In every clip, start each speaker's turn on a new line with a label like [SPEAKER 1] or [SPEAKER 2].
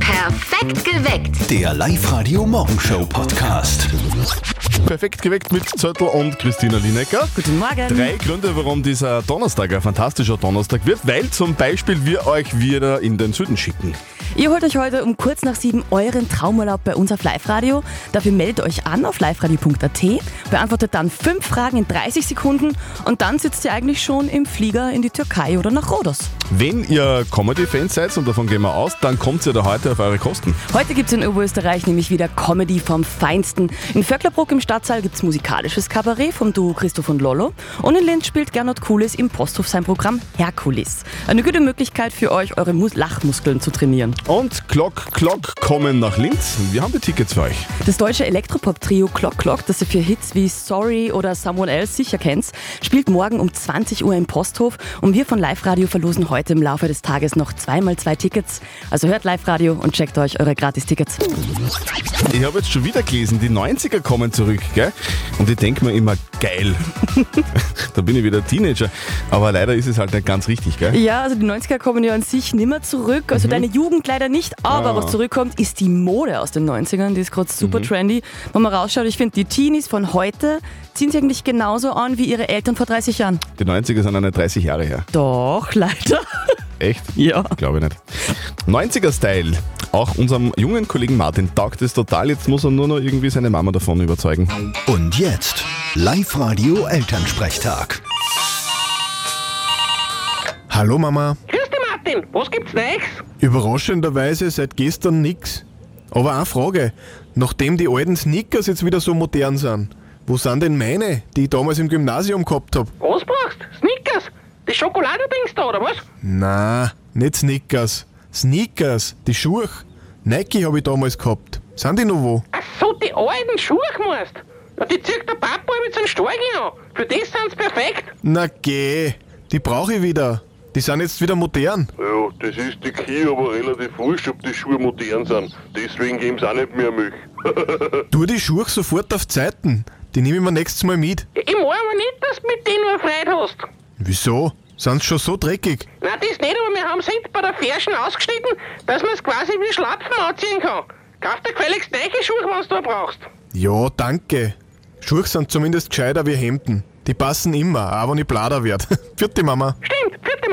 [SPEAKER 1] Perfekt geweckt.
[SPEAKER 2] Der Live-Radio-Morgenshow-Podcast.
[SPEAKER 3] Perfekt geweckt mit Zöttl und Christina Linecker.
[SPEAKER 4] Guten Morgen.
[SPEAKER 3] Drei Gründe, warum dieser Donnerstag ein fantastischer Donnerstag wird, weil zum Beispiel wir euch wieder in den Süden schicken.
[SPEAKER 4] Ihr holt euch heute um kurz nach sieben euren Traumurlaub bei uns auf Live-Radio. Dafür meldet euch an auf liveradio.at, beantwortet dann fünf Fragen in 30 Sekunden und dann sitzt ihr eigentlich schon im Flieger in die Türkei oder nach Rhodos.
[SPEAKER 3] Wenn ihr Comedy-Fans seid, und davon gehen wir aus, dann kommt ihr da heute auf eure Kosten.
[SPEAKER 4] Heute gibt's in Oberösterreich nämlich wieder Comedy vom Feinsten. In Vöcklerbruck im Stadtsaal gibt's musikalisches Kabarett vom Duo Christoph und Lollo. Und in Linz spielt Gernot Kulis im Posthof sein Programm Herkulis. Eine gute Möglichkeit für euch, eure Mus Lachmuskeln zu trainieren.
[SPEAKER 3] Und Glock Glock kommen nach Linz. Wir haben die Tickets für euch.
[SPEAKER 4] Das deutsche Elektropop-Trio Clock Clock, das ihr für Hits wie Sorry oder Someone Else sicher kennt, spielt morgen um 20 Uhr im Posthof und wir von Live Radio verlosen heute im Laufe des Tages noch zweimal zwei Tickets. Also hört Live Radio und checkt euch eure Gratis-Tickets.
[SPEAKER 3] Ich habe jetzt schon wieder gelesen, die 90er kommen zurück, gell? Und ich denke mir immer, geil. da bin ich wieder Teenager. Aber leider ist es halt nicht ganz richtig, gell?
[SPEAKER 4] Ja, also die 90er kommen ja an sich nimmer zurück, also deine Jugend leider nicht, aber
[SPEAKER 3] Ah.
[SPEAKER 4] was zurückkommt, ist die Mode aus den 90ern, die ist gerade super trendy. Wenn man rausschaut, ich finde, die Teenies von heute ziehen sich eigentlich genauso an wie ihre Eltern vor 30 Jahren.
[SPEAKER 3] Die 90er sind eine 30 Jahre her.
[SPEAKER 4] Doch, leider.
[SPEAKER 3] Echt?
[SPEAKER 4] Ja.
[SPEAKER 3] Glaube ich nicht. 90er-Style. Auch unserem jungen Kollegen Martin taugt es total. Jetzt muss er nur noch irgendwie seine Mama davon überzeugen.
[SPEAKER 2] Und jetzt Live-Radio Elternsprechtag.
[SPEAKER 5] Hallo Mama.
[SPEAKER 6] Grüß dich, Martin. Was gibt's Neues?
[SPEAKER 5] Überraschenderweise seit gestern nix. Aber eine Frage. Nachdem die alten Sneakers jetzt wieder so modern sind, wo sind denn meine, die ich damals im Gymnasium gehabt hab?
[SPEAKER 6] Was brauchst? Snickers? Die Schokoladendings da, oder was?
[SPEAKER 5] Na, nicht Sneakers. Sneakers, die Schuhe. Nike hab ich damals gehabt. Sind die noch wo?
[SPEAKER 6] Ach so, die alten Schuhe meinst. Na, die zieht der Papa mit seinem Storgen an. Für das sind's perfekt.
[SPEAKER 5] Na geh, die brauche ich wieder. Die sind jetzt wieder modern.
[SPEAKER 7] Ja, das ist die Kie aber relativ wurscht, ob die Schuhe modern sind. Deswegen geben sie auch nicht mehr Milch.
[SPEAKER 5] Tu die Schuhe sofort auf Zeiten. Die nehme ich mir nächstes Mal mit.
[SPEAKER 6] Ich mag aber nicht, dass du mit denen eine Freude hast.
[SPEAKER 5] Wieso? Sind schon so dreckig?
[SPEAKER 6] Na, das nicht, aber wir haben sind bei der Ferschen ausgeschnitten, dass man's quasi wie Schlapfen anziehen kann. Kauf dir gefälligst neue Schuhe, wenn's da brauchst.
[SPEAKER 5] Ja, danke. Schuhe sind zumindest gescheiter wie Hemden. Die passen immer, auch wenn ich blader werd. Vierte Mama.
[SPEAKER 6] Stimmt, vierte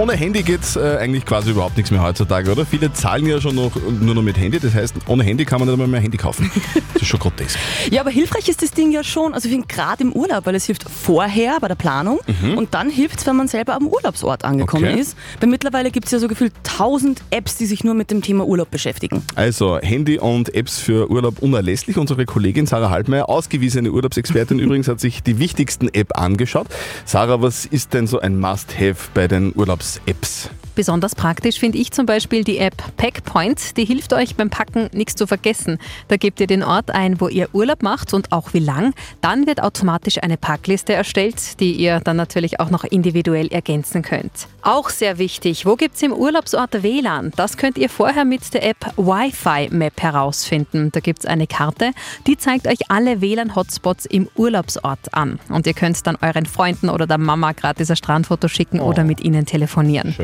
[SPEAKER 3] Ohne Handy geht's äh, eigentlich quasi überhaupt nichts mehr heutzutage, oder? Viele zahlen ja schon noch äh, nur noch mit Handy. Das heißt, ohne Handy kann man nicht einmal mehr Handy kaufen. Das ist schon grotesk.
[SPEAKER 4] Ja, aber hilfreich ist das Ding ja schon. Also ich finde gerade im Urlaub, weil es hilft vorher bei der Planung und dann hilft es, wenn man selber am Urlaubsort angekommen
[SPEAKER 3] Mhm. Okay.
[SPEAKER 4] ist. Weil mittlerweile gibt es ja so gefühlt 1000 Apps, die sich nur mit dem Thema Urlaub beschäftigen.
[SPEAKER 3] Also, Handy und Apps für Urlaub unerlässlich. Unsere Kollegin Sarah Haltmeier, ausgewiesene Urlaubsexpertin übrigens, hat sich die wichtigsten App angeschaut. Sarah, was ist denn so ein Must-Have bei den Urlaubs-Apps?
[SPEAKER 8] Besonders praktisch finde ich zum Beispiel die App Packpoint. Die hilft euch beim Packen nichts zu vergessen. Da gebt ihr den Ort ein, wo ihr Urlaub macht und auch wie lang. Dann wird automatisch eine Packliste erstellt, die ihr dann natürlich auch noch individuell ergänzen könnt. Auch sehr wichtig, wo gibt es im Urlaubsort WLAN? Das könnt ihr vorher mit der App Wi-Fi Map herausfinden. Da gibt es eine Karte, die zeigt euch alle WLAN-Hotspots im Urlaubsort an. Und ihr könnt dann euren Freunden oder der Mama gratis ein Strandfoto schicken oder mit ihnen telefonieren.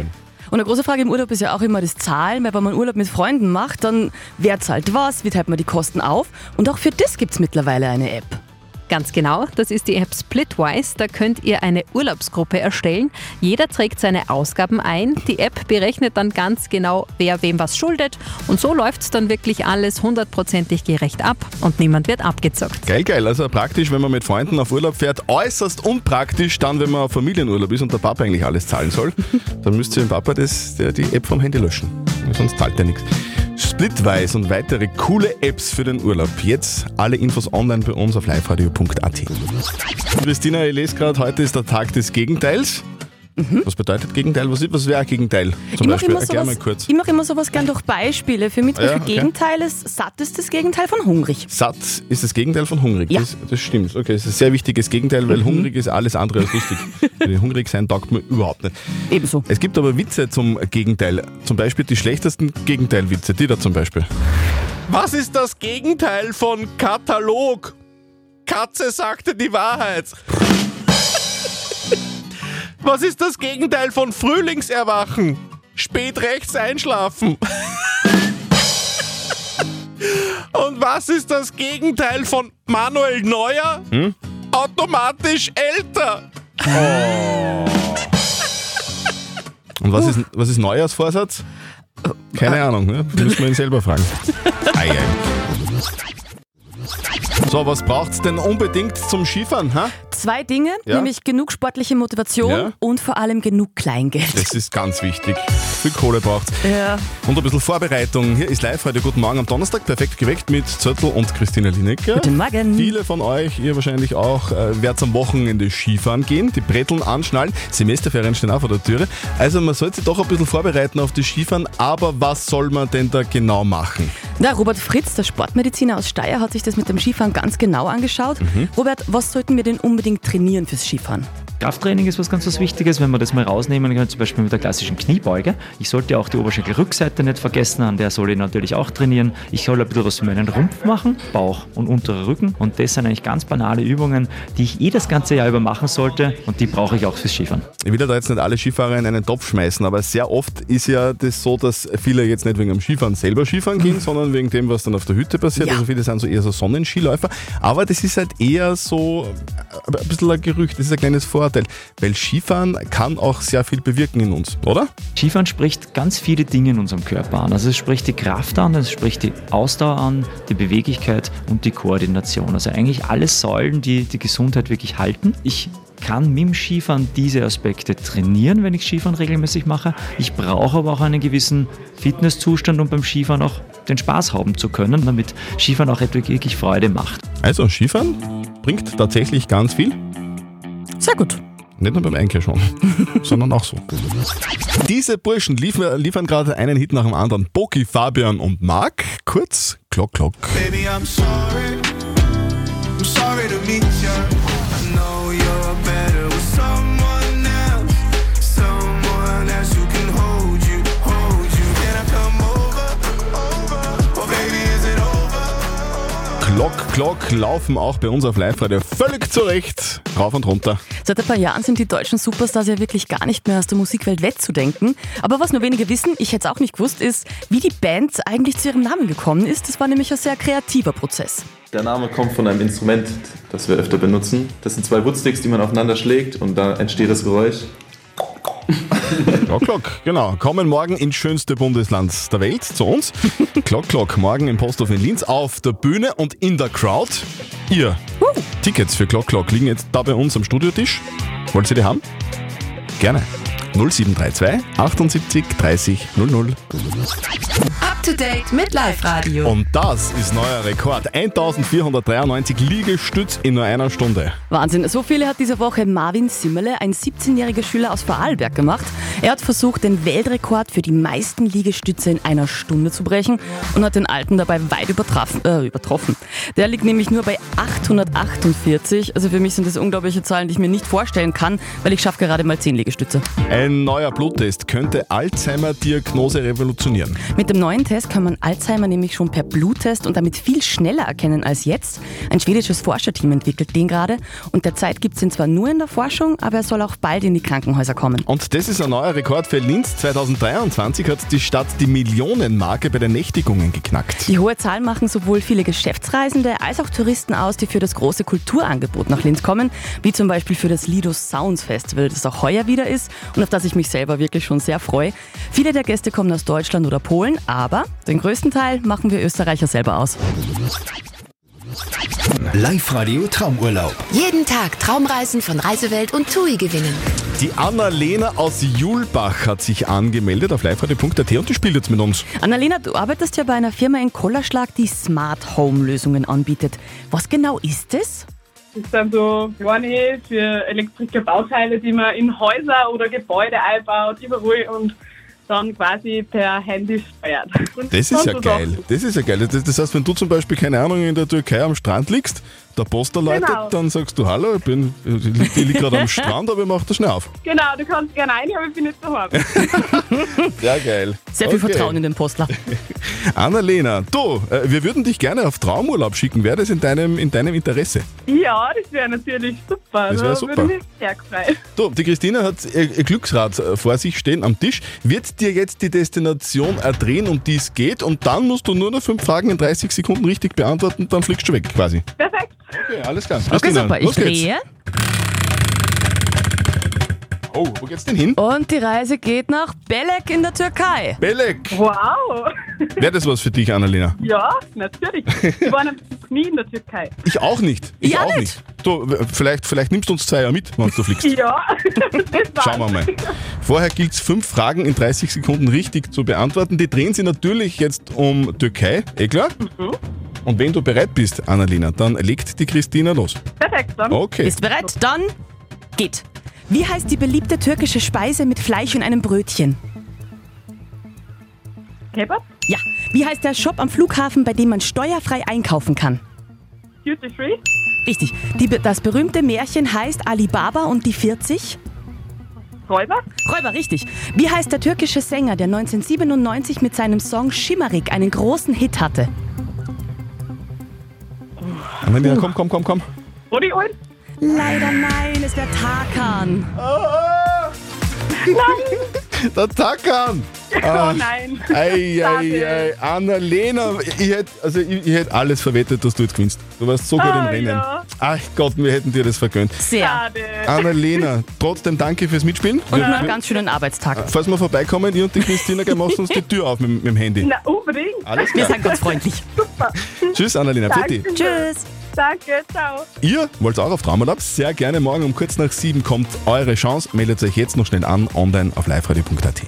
[SPEAKER 4] Und eine große Frage im Urlaub ist ja auch immer das Zahlen, weil wenn man Urlaub mit Freunden macht, dann wer zahlt was, wie teilt man die Kosten auf? Und auch für das gibt es mittlerweile eine App.
[SPEAKER 8] Ganz genau, das ist die App Splitwise. Da könnt ihr eine Urlaubsgruppe erstellen. Jeder trägt seine Ausgaben ein. Die App berechnet dann ganz genau, wer wem was schuldet. Und so läuft dann wirklich alles hundertprozentig gerecht ab und niemand wird abgezockt.
[SPEAKER 3] Geil, geil. Also praktisch, wenn man mit Freunden auf Urlaub fährt. Äußerst unpraktisch dann, wenn man auf Familienurlaub ist und der Papa eigentlich alles zahlen soll. Dann müsst ihr dem Papa das, der, die App vom Handy löschen. Sonst zahlt er nichts. Splitwise und weitere coole Apps für den Urlaub. Jetzt alle Infos online bei uns auf liveradio.at. Christina, ich lese gerade, heute ist der Tag des Gegenteils. Was bedeutet Gegenteil? Was, was wäre ein Gegenteil? Zum
[SPEAKER 4] ich mache
[SPEAKER 3] Beispiel,
[SPEAKER 4] Mhm. immer,
[SPEAKER 3] erklär mal
[SPEAKER 4] sowas-
[SPEAKER 3] kurz.
[SPEAKER 4] ich mach immer sowas gern durch Beispiele. Für mich zum
[SPEAKER 3] Ja,
[SPEAKER 4] Beispiel
[SPEAKER 3] okay.
[SPEAKER 4] Gegenteil ist, satt ist das Gegenteil von hungrig.
[SPEAKER 3] Satt ist das Gegenteil von hungrig.
[SPEAKER 4] Ja.
[SPEAKER 3] Das, das stimmt. Okay, das ist ein sehr wichtiges Gegenteil, weil hungrig ist alles andere als richtig. Weil hungrig sein taugt mir überhaupt nicht.
[SPEAKER 4] Ebenso.
[SPEAKER 3] Es gibt aber Witze zum Gegenteil. Zum Beispiel die schlechtesten Gegenteilwitze. Die da zum Beispiel. Was ist das Gegenteil von Katalog? Katze sagte die Wahrheit. Was ist das Gegenteil von Frühlingserwachen? Spät rechts einschlafen. Und was ist das Gegenteil von Manuel Neuer? Automatisch älter. Und was ist, was ist Neujahrsvorsatz? Keine Ahnung, ne? müssen wir ihn selber fragen. Ei, ei. So, was braucht's denn unbedingt zum Skifahren? Ha?
[SPEAKER 4] Zwei Dinge,
[SPEAKER 3] Ja.
[SPEAKER 4] nämlich genug sportliche Motivation
[SPEAKER 3] Ja.
[SPEAKER 4] und vor allem genug Kleingeld.
[SPEAKER 3] Das ist ganz wichtig. Viel Kohle braucht's.
[SPEAKER 4] Ja.
[SPEAKER 3] Und ein bisschen Vorbereitung. Hier ist live heute Guten Morgen am Donnerstag. Perfekt geweckt mit Zöttl und Christina Linecker.
[SPEAKER 4] Guten Morgen.
[SPEAKER 3] Viele von euch, ihr wahrscheinlich auch, äh, werdet am Wochenende Skifahren gehen, die Bretteln anschnallen. Semesterferien stehen auch vor der Türe. Also man sollte sich doch ein bisschen vorbereiten auf die Skifahren. Aber was soll man denn da genau machen?
[SPEAKER 4] Na, Robert Fritz, der Sportmediziner aus Steyr, hat sich das mit dem Skifahren ganz genau angeschaut.
[SPEAKER 3] Mhm.
[SPEAKER 4] Robert, was sollten wir denn unbedingt trainieren fürs Skifahren?
[SPEAKER 1] Krafttraining ist was ganz was Wichtiges, wenn wir das mal rausnehmen können, zum Beispiel mit der klassischen Kniebeuge. Ich sollte auch die Oberschenkelrückseite nicht vergessen, an der soll ich natürlich auch trainieren. Ich soll ein bisschen was für meinen Rumpf machen, Bauch und unterer Rücken. Und das sind eigentlich ganz banale Übungen, die ich eh das ganze Jahr über machen sollte und die brauche ich auch fürs Skifahren.
[SPEAKER 3] Ich will ja da jetzt nicht alle Skifahrer in einen Topf schmeißen, aber sehr oft ist ja das so, dass viele jetzt nicht wegen dem Skifahren selber Skifahren gehen, sondern wegen dem, was dann auf der Hütte passiert.
[SPEAKER 4] Ja.
[SPEAKER 3] Also viele sind so eher so Sonnenskiläufer. Aber das ist halt eher so äh, ein bisschen ein Gerücht, das ist ein kleines Vorurteil. Weil Skifahren kann auch sehr viel bewirken in uns, oder?
[SPEAKER 1] Skifahren spricht ganz viele Dinge in unserem Körper an. Also es spricht die Kraft an, es spricht die Ausdauer an, die Beweglichkeit und die Koordination. Also eigentlich alle Säulen, die die Gesundheit wirklich halten. Ich kann mit dem Skifahren diese Aspekte trainieren, wenn ich Skifahren regelmäßig mache. Ich brauche aber auch einen gewissen Fitnesszustand, um beim Skifahren auch den Spaß haben zu können, damit Skifahren auch etwa wirklich Freude macht.
[SPEAKER 3] Also Skifahren bringt tatsächlich ganz viel.
[SPEAKER 4] Sehr gut.
[SPEAKER 3] Nicht nur beim Einkehr schon, sondern auch so. Diese Burschen liefern, liefern gerade einen Hit nach dem anderen. Boki, Fabian und Marc. Kurz, Glock, Glock.
[SPEAKER 9] Baby, I'm sorry. I'm sorry to meet you. I know you're better with someone else. Someone else who can hold you, hold you. Can I come over? Over. Oh, baby, is it over?
[SPEAKER 3] Glock, Glock laufen auch bei uns auf Live-Radio völlig zurecht. Rauf und runter.
[SPEAKER 4] Seit ein paar Jahren sind die deutschen Superstars ja wirklich gar nicht mehr aus der Musikwelt wegzudenken. Aber was nur wenige wissen, ich hätte es auch nicht gewusst, ist, wie die Band eigentlich zu ihrem Namen gekommen ist. Das war nämlich ein sehr kreativer Prozess.
[SPEAKER 9] Der Name kommt von einem Instrument, das wir öfter benutzen. Das sind zwei Woodsticks, die man aufeinander schlägt und da entsteht das Geräusch.
[SPEAKER 3] Glock, Glock, genau. Kommen morgen ins schönste Bundesland der Welt zu uns. Glock, Glock, morgen im Posthof in Linz auf der Bühne und in der Crowd. Ihr. Tickets für Glock, Glock liegen jetzt da bei uns am Studiotisch. Wollt ihr die haben? Gerne. 0732 78 30 00.
[SPEAKER 10] Up to date mit Live Radio.
[SPEAKER 3] Und das ist neuer Rekord. 1493 Liegestütz in nur einer Stunde.
[SPEAKER 4] Wahnsinn, so viele hat diese Woche Marvin Simmerle, ein 17-jähriger Schüler aus Vorarlberg, gemacht. Er hat versucht, den Weltrekord für die meisten Liegestütze in einer Stunde zu brechen und hat den alten dabei weit übertrafen, äh, übertroffen. Der liegt nämlich nur bei 848. Also für mich sind das unglaubliche Zahlen, die ich mir nicht vorstellen kann, weil ich schaffe gerade mal 10 Liegestütze.
[SPEAKER 3] Ein neuer Bluttest könnte Alzheimer-Diagnose revolutionieren.
[SPEAKER 4] Mit dem neuen Test kann man Alzheimer nämlich schon per Bluttest und damit viel schneller erkennen als jetzt. Ein schwedisches Forscherteam entwickelt den gerade und derzeit gibt es ihn zwar nur in der Forschung, aber er soll auch bald in die Krankenhäuser kommen.
[SPEAKER 3] Und das ist ein neuer Rekord für Linz. 2023 hat die Stadt die Millionenmarke bei den Nächtigungen geknackt.
[SPEAKER 4] Die hohe Zahl machen sowohl viele Geschäftsreisende als auch Touristen aus, die für das große Kulturangebot nach Linz kommen, wie zum Beispiel für das Lido Sounds Festival, das auch heuer wieder ist und auf das ich mich selber wirklich schon sehr freue. Viele der Gäste kommen aus Deutschland oder Polen, aber den größten Teil machen wir Österreicher selber aus.
[SPEAKER 2] Live-Radio Traumurlaub.
[SPEAKER 10] Jeden Tag Traumreisen von Reisewelt und TUI gewinnen.
[SPEAKER 3] Die Annalena aus Julbach hat sich angemeldet auf liveradio.at und die spielt jetzt mit uns.
[SPEAKER 4] Annalena, du arbeitest ja bei einer Firma in Kollerschlag, die Smart Home Lösungen anbietet. Was genau ist es?
[SPEAKER 9] Das sind so kleine für elektrische Bauteile, die man in Häuser oder Gebäude einbaut, überall und dann quasi per Handy steuert. Und
[SPEAKER 3] Das ist ja
[SPEAKER 9] sonst was auch.
[SPEAKER 3] geil. Das ist ja geil. Das, das heißt, wenn du zum Beispiel, keine Ahnung, in der Türkei am Strand liegst, der Poster läutet,
[SPEAKER 11] Genau.
[SPEAKER 3] dann sagst du, hallo, ich bin, ich lieg- ich lieg gerade am Strand, aber ich mach das schnell auf.
[SPEAKER 11] Genau, du kannst gerne rein, aber ich bin nicht daheim.
[SPEAKER 3] Sehr geil.
[SPEAKER 4] Sehr viel Vertrauen in den Postler.
[SPEAKER 3] Annalena, du, äh, wir würden dich gerne auf Traumurlaub schicken. Wäre das in deinem, in deinem Interesse?
[SPEAKER 11] Ja, das wäre natürlich super.
[SPEAKER 3] Das wär
[SPEAKER 11] Da
[SPEAKER 3] super.
[SPEAKER 11] Würde mich sehr gefreut.
[SPEAKER 3] Du, die Christina hat ihr ihr Glücksrad äh, vor sich stehen am Tisch. Wird dir jetzt die Destination erdrehen, um die es geht? Und dann musst du nur noch fünf Fragen in 30 Sekunden richtig beantworten, dann fliegst du weg quasi.
[SPEAKER 11] Perfekt.
[SPEAKER 3] Okay, alles klar.
[SPEAKER 4] Okay,
[SPEAKER 3] Christina,
[SPEAKER 4] super. Ich
[SPEAKER 3] los geht's.
[SPEAKER 4] drehe.
[SPEAKER 3] Oh, wo geht's denn hin?
[SPEAKER 4] Und die Reise geht nach Belek in der Türkei.
[SPEAKER 3] Belek!
[SPEAKER 11] Wow.
[SPEAKER 3] Wäre das was für dich, Annalena?
[SPEAKER 11] Ja, natürlich. Wir waren nämlich nie in der Türkei.
[SPEAKER 3] Ich auch nicht. Ich
[SPEAKER 11] Ja,
[SPEAKER 3] auch
[SPEAKER 11] nicht.
[SPEAKER 3] nicht. Du, w- vielleicht, vielleicht nimmst du uns zwei Jahre mit, wenn du fliegst.
[SPEAKER 11] Ja, das war's.
[SPEAKER 3] Schauen wir mal. Vorher gilt es, fünf Fragen in 30 Sekunden richtig zu beantworten. Die drehen sich natürlich jetzt um Türkei, eh klar?
[SPEAKER 11] Mhm.
[SPEAKER 3] Und wenn du bereit bist, Annalena, dann legt die Christina los.
[SPEAKER 11] Perfekt, dann.
[SPEAKER 3] Okay.
[SPEAKER 4] Ist bereit? Dann geht. Wie heißt die beliebte türkische Speise mit Fleisch und einem Brötchen?
[SPEAKER 11] Kebab?
[SPEAKER 4] Ja. Wie heißt der Shop am Flughafen, bei dem man steuerfrei einkaufen kann?
[SPEAKER 11] Duty Free?
[SPEAKER 4] Richtig. Die, be- das berühmte Märchen heißt Alibaba und die 40.
[SPEAKER 11] Räuber?
[SPEAKER 4] Räuber, richtig. Wie heißt der türkische Sänger, der 1997 mit seinem Song Schimmerig einen großen Hit hatte?
[SPEAKER 3] Annalena, komm, komm, komm, komm.
[SPEAKER 11] Rudi Ulm?
[SPEAKER 4] Leider nein, es wäre Tarkan.
[SPEAKER 11] Nein!
[SPEAKER 3] Der Tackern!
[SPEAKER 11] Oh nein.
[SPEAKER 3] Ei, ei, ei. Annalena, ich hätte also ich, ich hätt alles verwettet, dass du jetzt gewinnst. Du warst so gut im
[SPEAKER 11] Ah,
[SPEAKER 3] Rennen.
[SPEAKER 11] ja.
[SPEAKER 3] Ach Gott, wir hätten dir das vergönnt.
[SPEAKER 11] Schade.
[SPEAKER 3] Annalena, trotzdem danke fürs Mitspielen.
[SPEAKER 4] Und
[SPEAKER 3] Wir-
[SPEAKER 4] noch einen ganz schönen Arbeitstag.
[SPEAKER 3] Falls wir vorbeikommen, ihr und die Christina, gell, machst du uns die Tür auf mit, mit dem Handy.
[SPEAKER 11] Na, unbedingt.
[SPEAKER 3] Alles
[SPEAKER 4] Wir
[SPEAKER 3] klar.
[SPEAKER 4] sind ganz freundlich.
[SPEAKER 3] Tschüss, Annalena. Pfiat dich.
[SPEAKER 11] Dankeschön.
[SPEAKER 4] Tschüss.
[SPEAKER 11] Danke, ciao.
[SPEAKER 3] Ihr wollt auch auf Traumurlaub? Sehr gerne. Morgen um kurz nach sieben kommt eure Chance. Meldet euch jetzt noch schnell an, online auf liveradio.at.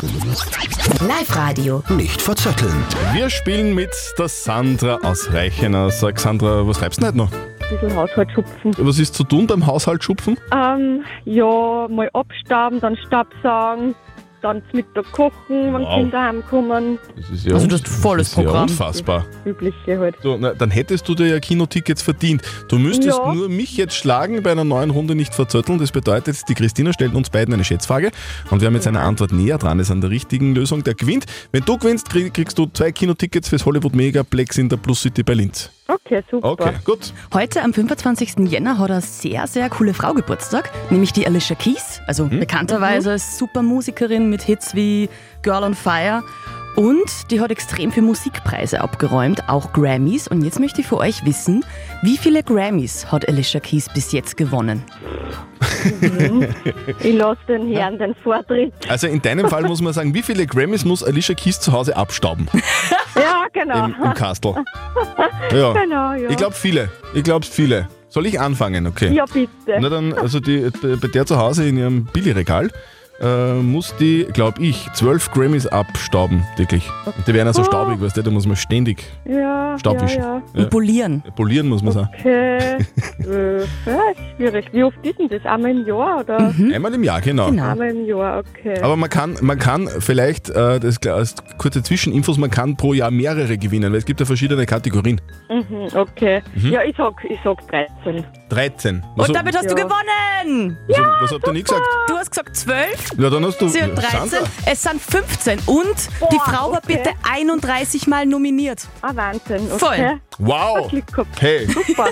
[SPEAKER 10] Live-Radio.
[SPEAKER 2] Nicht verzetteln.
[SPEAKER 3] Wir spielen mit der Sandra aus Reichenau. Sag Sandra, was treibst du denn heute noch?
[SPEAKER 11] Ein bisschen Haushalt schupfen.
[SPEAKER 3] Was ist zu tun beim Haushalt schupfen?
[SPEAKER 11] Ähm, ja, mal abstaben, dann Stabsaugen, dann zum Mittag kochen, wenn
[SPEAKER 3] Wow.
[SPEAKER 11] Kinder heimkommen.
[SPEAKER 3] Das ist ja
[SPEAKER 4] Also das ist volles
[SPEAKER 3] das ist ja
[SPEAKER 4] Programm.
[SPEAKER 3] unfassbar.
[SPEAKER 11] Das Übliche halt.
[SPEAKER 3] So, na, dann hättest du dir ja Kinotickets verdient. Du müsstest
[SPEAKER 11] Ja.
[SPEAKER 3] nur mich jetzt schlagen, bei einer neuen Runde nicht verzötteln. Das bedeutet, die Christina stellt uns beiden eine Schätzfrage und wer mit seiner Antwort näher dran ist an der richtigen Lösung, der gewinnt. Wenn du gewinnst, krieg, kriegst du zwei Kinotickets fürs Hollywood Megaplex in der Plus City bei Linz.
[SPEAKER 11] Okay, super.
[SPEAKER 3] Okay, gut.
[SPEAKER 4] Heute am 25. Jänner hat eine sehr, sehr coole Frau Geburtstag, nämlich die Alicia Keys. Also
[SPEAKER 3] Mhm.
[SPEAKER 4] bekannterweise super Musikerin mit Hits wie Girl on Fire. Und die hat extrem viele Musikpreise abgeräumt, auch Grammys. Und jetzt möchte ich für euch wissen, wie viele Grammys hat Alicia Keys bis jetzt gewonnen?
[SPEAKER 11] Ich lasse den Herrn den Vortritt.
[SPEAKER 3] Also in deinem Fall muss man sagen, wie viele Grammys muss Alicia Keys zu Hause abstauben
[SPEAKER 11] Ja, genau.
[SPEAKER 3] im, im Castle? Ja.
[SPEAKER 11] Genau, ja.
[SPEAKER 3] Ich glaube viele. Ich glaube viele. Soll ich anfangen? Okay.
[SPEAKER 11] ja, bitte.
[SPEAKER 3] Na dann, also die, die, bei der zu Hause in ihrem Billigregal äh, muss die, glaube ich, zwölf Grammys abstauben, wirklich. Und die werden ja so staubig, weißt du, da muss man ständig
[SPEAKER 11] ja,
[SPEAKER 3] Staub
[SPEAKER 11] ja,
[SPEAKER 3] wischen.
[SPEAKER 11] ja.
[SPEAKER 3] Ja.
[SPEAKER 4] Und polieren.
[SPEAKER 3] polieren, muss man sagen.
[SPEAKER 11] Okay. äh, ja, ist schwierig. Wie oft ist denn das? Einmal im Jahr oder?
[SPEAKER 3] Einmal im Jahr, genau.
[SPEAKER 4] Genau.
[SPEAKER 11] Einmal im Jahr, okay.
[SPEAKER 3] Aber man kann, man kann vielleicht, äh, das ist klar, als kurze Zwischeninfos, man kann pro Jahr mehrere gewinnen, weil es gibt ja verschiedene Kategorien.
[SPEAKER 11] Mhm, okay. Ja, ich sag, ich sag 13.
[SPEAKER 3] 13.
[SPEAKER 4] Und damit hast du
[SPEAKER 11] Ja.
[SPEAKER 4] gewonnen!
[SPEAKER 3] was, was habt ihr nicht gesagt?
[SPEAKER 4] Du hast gesagt 12,
[SPEAKER 3] Ja, dann hast du.
[SPEAKER 4] sie hat 13,
[SPEAKER 3] Sandra,
[SPEAKER 4] es sind 15 und die Frau war
[SPEAKER 11] okay.
[SPEAKER 4] bitte 31 Mal nominiert.
[SPEAKER 11] Ah, Wahnsinn. Okay.
[SPEAKER 4] Voll.
[SPEAKER 3] Wow!
[SPEAKER 11] Glück gehabt.
[SPEAKER 3] Hey,
[SPEAKER 11] Super.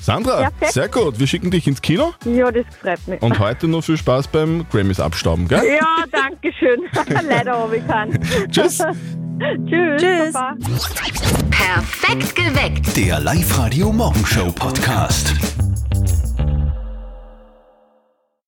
[SPEAKER 3] Sandra,
[SPEAKER 11] Perfekt.
[SPEAKER 3] sehr gut. Wir schicken dich ins Kino
[SPEAKER 11] Ja, das freut mich.
[SPEAKER 3] und heute noch viel Spaß beim Grammys abstauben, gell?
[SPEAKER 11] Ja, danke schön. Leider habe ich keinen.
[SPEAKER 3] Tschüss!
[SPEAKER 11] Tschüss.
[SPEAKER 4] Tschüss.
[SPEAKER 11] Baba.
[SPEAKER 10] Perfekt geweckt.
[SPEAKER 2] Der Live-Radio Morgenshow Podcast.